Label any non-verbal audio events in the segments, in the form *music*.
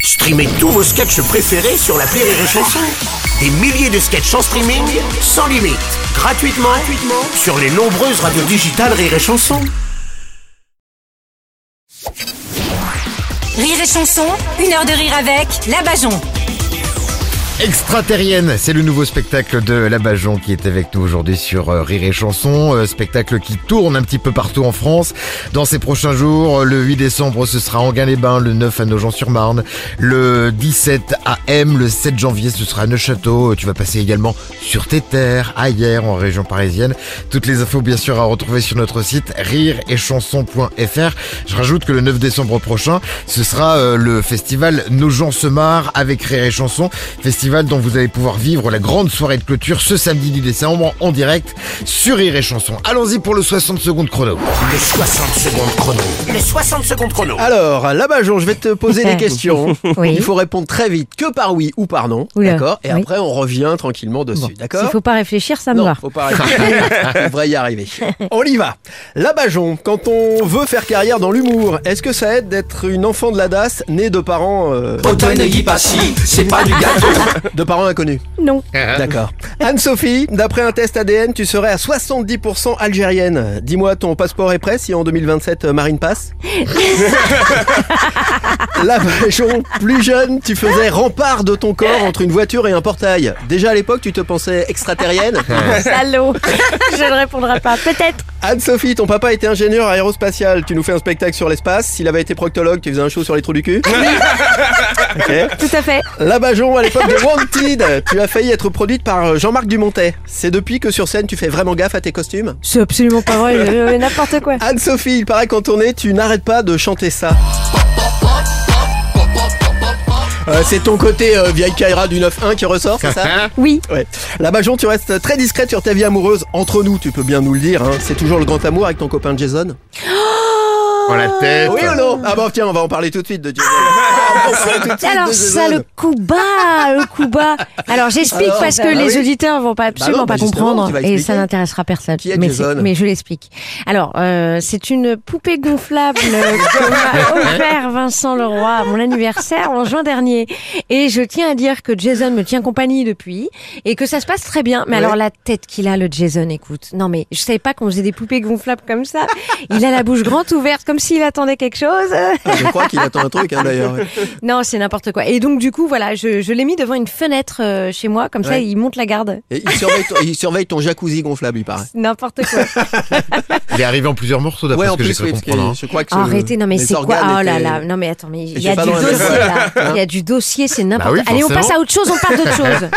Streamez tous vos sketchs préférés sur la Rire et Chanson. Des milliers de sketchs en streaming, sans limite, gratuitement, gratuitement sur les nombreuses radios digitales Rire et Chanson. Rire et chanson, une heure de rire avec La Bajon. Extraterrienne, c'est le nouveau spectacle de Labajon qui est avec nous aujourd'hui sur euh, Rire et Chanson, euh, spectacle qui tourne un petit peu partout en France. Dans ces prochains jours, euh, le 8 décembre, ce sera en Gain-les-Bains, le 9 à Nogent-sur-Marne, le 17 à M, le 7 janvier, ce sera à Neuchâteau. Tu vas passer également sur tes terres, ailleurs, en région parisienne. Toutes les infos, bien sûr, à retrouver sur notre site rireetchanson.fr. Je rajoute que le 9 décembre prochain, ce sera euh, le festival Nos gens se marrent avec Rire et Chanson, festival dont vous allez pouvoir vivre la grande soirée de clôture ce samedi 10 décembre en direct sur Rire et Chanson. Allons-y pour le 60 secondes chrono. Le 60 secondes chrono. Le 60 secondes chrono. Alors, là-bas, je vais te *laughs* poser des questions. Oui. Il faut répondre très vite, que par oui ou par non. Oula, D'accord Et oui. après, on revient tranquillement dessus. S'il D'accord faut pas réfléchir, ça me Non, va. faut pas arrêter. *laughs* On devrait *laughs* y arriver. On y va. La Bajon, quand on veut faire carrière dans l'humour, est-ce que ça aide d'être une enfant de la DAS née de parents euh, Ah, c'est pas du gâteau. de parents inconnus Non. *laughs* Hein D'accord. Anne-Sophie, d'après un test ADN, tu serais à 70% algérienne. Dis-moi, ton passeport est prêt si en 2027 euh, Marine passe La Bajon, plus jeune, tu faisais rempart de ton corps entre une voiture et un portail. Déjà à l'époque, tu te pensais extraterrienne *laughs* Salaud. Je ne répondrai pas. Peut-être. Anne-Sophie, ton papa était ingénieur aérospatial. Tu nous fais un spectacle sur l'espace. S'il avait été proctologue, tu faisais un show sur les trous du cul. Ok. Tout à fait. La Bajon, à l'époque de Wanted, *laughs* tu as failli être produite par euh, Jean-Marc Dumontet. C'est depuis que sur scène, tu fais vraiment gaffe à tes costumes. C'est absolument pas vrai. je- N'importe quoi. Anne-Sophie, il paraît qu'en tournée, tu n'arrêtes pas de chanter ça. Euh, c'est ton côté euh, vieille Kaira du 9-1 qui ressort, c'est ça Oui. Ouais. La Bajon, tu restes très discrète sur ta vie amoureuse. Entre nous, tu peux bien nous le dire. hein. C'est toujours le grand amour avec ton copain Jason Pour la tête. Oui ou non Ah bah tiens, on va en parler tout de suite de Jason. On va en parler tout de suite de Alors Jason. ça, le coup bas, le coup bas. Alors j'explique Alors, parce que bah les oui. auditeurs vont pas absolument non, bah pas justement, comprendre tu vas et expliquer. ça n'intéressera personne. Qui est mais, Jason c'est- mais je l'explique. Alors euh, c'est une poupée gonflable *laughs* que m'a offert Vincent Leroy à mon anniversaire en juin dernier et je tiens à dire que Jason me tient compagnie depuis et que ça se passe très bien. Mais Ouais. alors la tête qu'il a le Jason, écoute, non mais je savais pas qu'on faisait des poupées gonflables comme ça. Il a la bouche grande ouverte comme s'il attendait quelque chose. Ah, Je crois qu'il attend un truc hein, d'ailleurs. ouais. Non, c'est n'importe quoi. Et donc, du coup, voilà, je, je l'ai mis devant une fenêtre euh, chez moi, comme ça, Ouais. il monte la garde. Et il surveille, ton, il surveille ton jacuzzi gonflable, il paraît. N'importe *laughs* quoi. Il est arrivé en plusieurs morceaux d'après Ouais, ce en que j'ai plus, cru oui, parce que comprendre. hein. je crois que ce- Arrêtez, non mais les c'est quoi organes Oh là étaient- là, non mais attends, mais il Ils y a sont pas du dans la même dossier boîte. là. *laughs* Il y a du dossier, c'est n'importe Bah oui, Allez, on forcément. passe à autre chose, on parle d'autre chose.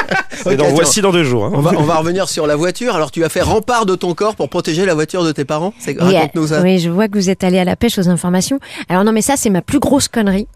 C'est dans Ok, voici dans deux jours. hein. On va, on va revenir sur la voiture. Alors, tu as fait rempart de ton corps pour protéger la voiture de tes parents C'est- Et, euh, Raconte-nous ça. Oui, je vois que vous êtes allé à la pêche aux informations. Alors non mais ça, c'est ma plus grosse *laughs* connerie.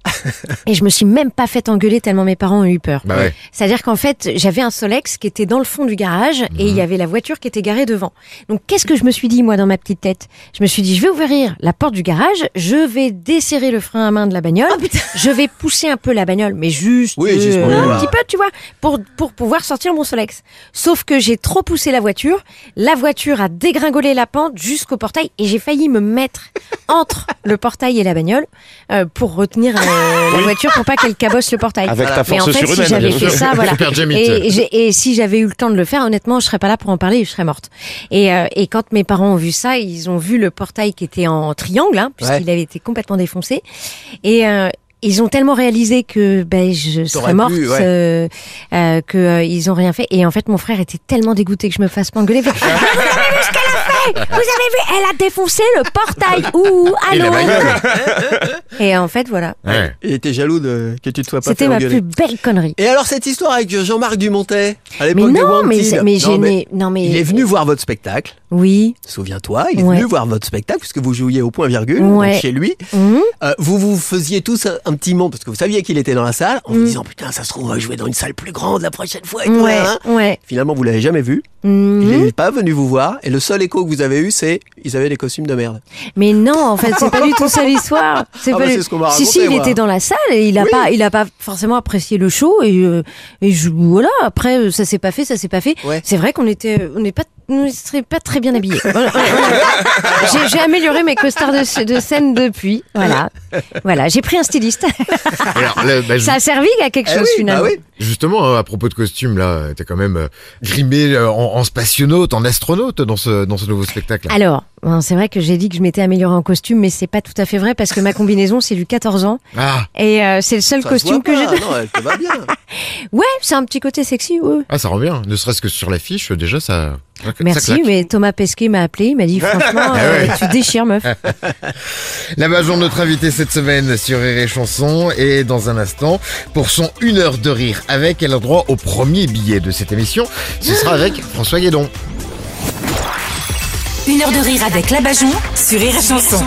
Et je me suis même pas fait engueuler tellement mes parents ont eu peur. Bah ouais. C'est-à-dire qu'en fait, j'avais un Solex qui était dans le fond du garage et Mhm. il y avait la voiture qui était garée devant. Donc qu'est-ce que je me suis dit moi dans ma petite tête Je me suis dit je vais ouvrir la porte du garage, je vais desserrer le frein à main de la bagnole, je vais pousser un peu la bagnole, mais juste Oui, euh, juste pour un voir. petit peu, tu vois, pour pour pouvoir sortir mon Solex. Sauf que j'ai trop poussé la voiture, la voiture a dégringolé la pente jusqu'au portail et j'ai failli me mettre entre le portail et la bagnole euh, pour retenir euh, la voiture pour pas qu'elle cabosse le portail. Avec ta Mais en force fait, si surhumaine, j'avais bien fait sûr. *laughs* ça, voilà. Super Jamie, Et, t'es. j'ai- et si j'avais eu le temps de le faire, honnêtement, je serais pas là pour en parler, je serais morte. Et, euh, et quand mes parents ont vu ça, ils ont vu le portail qui était en triangle, hein, puisqu'il Ouais. avait été complètement défoncé. Et euh, ils ont tellement réalisé que ben, je T'aurais serais pu, morte ouais. euh, euh, que euh, ils ont rien fait. Et en fait, mon frère était tellement dégoûté que je me fasse pas engueuler. Il fait, Ah, vous avez vu ce qu'elle a fait Vous avez vu Elle a défoncé le portail. Ouh, Et la allô bagnole. Et en fait, voilà. Ouais. Et t'es jaloux de, que tu te sois pas fait C'était ma plus engueuler. belle connerie. Et alors, cette histoire avec Jean-Marc Dumontet à Mais l'époque de non, mais, Wanted. mais Non, j'ai mais né- non mais Il est venu voir votre spectacle. Oui. Souviens-toi, il est Ouais. venu voir votre spectacle puisque vous jouiez au point virgule Ouais. donc chez lui. Mhm. Euh, vous vous faisiez tous un, un petit mot parce que vous saviez qu'il était dans la salle en vous disant putain ça se trouve on va jouer dans une salle plus grande la prochaine fois. Et tout, Mmh. Ouais. hein. Ouais. Finalement vous l'avez jamais vu. Mhm. Il n'est pas venu vous voir et le seul écho que vous avez eu c'est ils avaient des costumes de merde. Mais non, en fait, c'est pas du *laughs* tout ça l'histoire. C'est Ah pas bah, du- c'est ce qu'on m'a Si si, raconté, il moi. était dans la salle et il a pas, il a pas forcément apprécié le show et, euh, et je, voilà. Après, euh, ça s'est pas fait, ça s'est pas fait. Ouais. C'est vrai qu'on était, euh, on n'est pas ne serais pas très bien habillée. *laughs* Voilà. j'ai, j'ai amélioré mes costards de, de scène depuis. Voilà. Voilà. J'ai pris un *laughs* styliste. Alors, là, bah, ju- Ça a servi à quelque Eh chose oui, bah finalement. oui. Justement, hein, à propos de costume, là, euh, t'es quand même euh, grimé euh, en, en spationaute, en astronaute dans ce, dans ce nouveau spectacle. Alors, bon, c'est vrai que j'ai dit que je m'étais améliorée en costume, mais c'est pas tout à fait vrai parce que ma combinaison c'est du 14 ans Ah, et euh, c'est le seul Ça se costume voit que j'ai. pas. Non, elle te va bien. Ouais, c'est un petit côté sexy. ouais. ah, ça rend bien. Ne serait-ce que sur l'affiche, euh, déjà, ça. ça claque. Merci, mais Thomas Pesquet m'a appelé, il m'a *laughs* dit Ah franchement, euh, tu déchires meuf. La Bajon, notre invitée cette semaine sur Rire et Chanson, et dans un instant, pour son une heure de rire avec, elle a droit au premier billet de cette émission. Ce sera avec François Guédon. Une heure de rire avec La Bajon sur Rire et Chanson.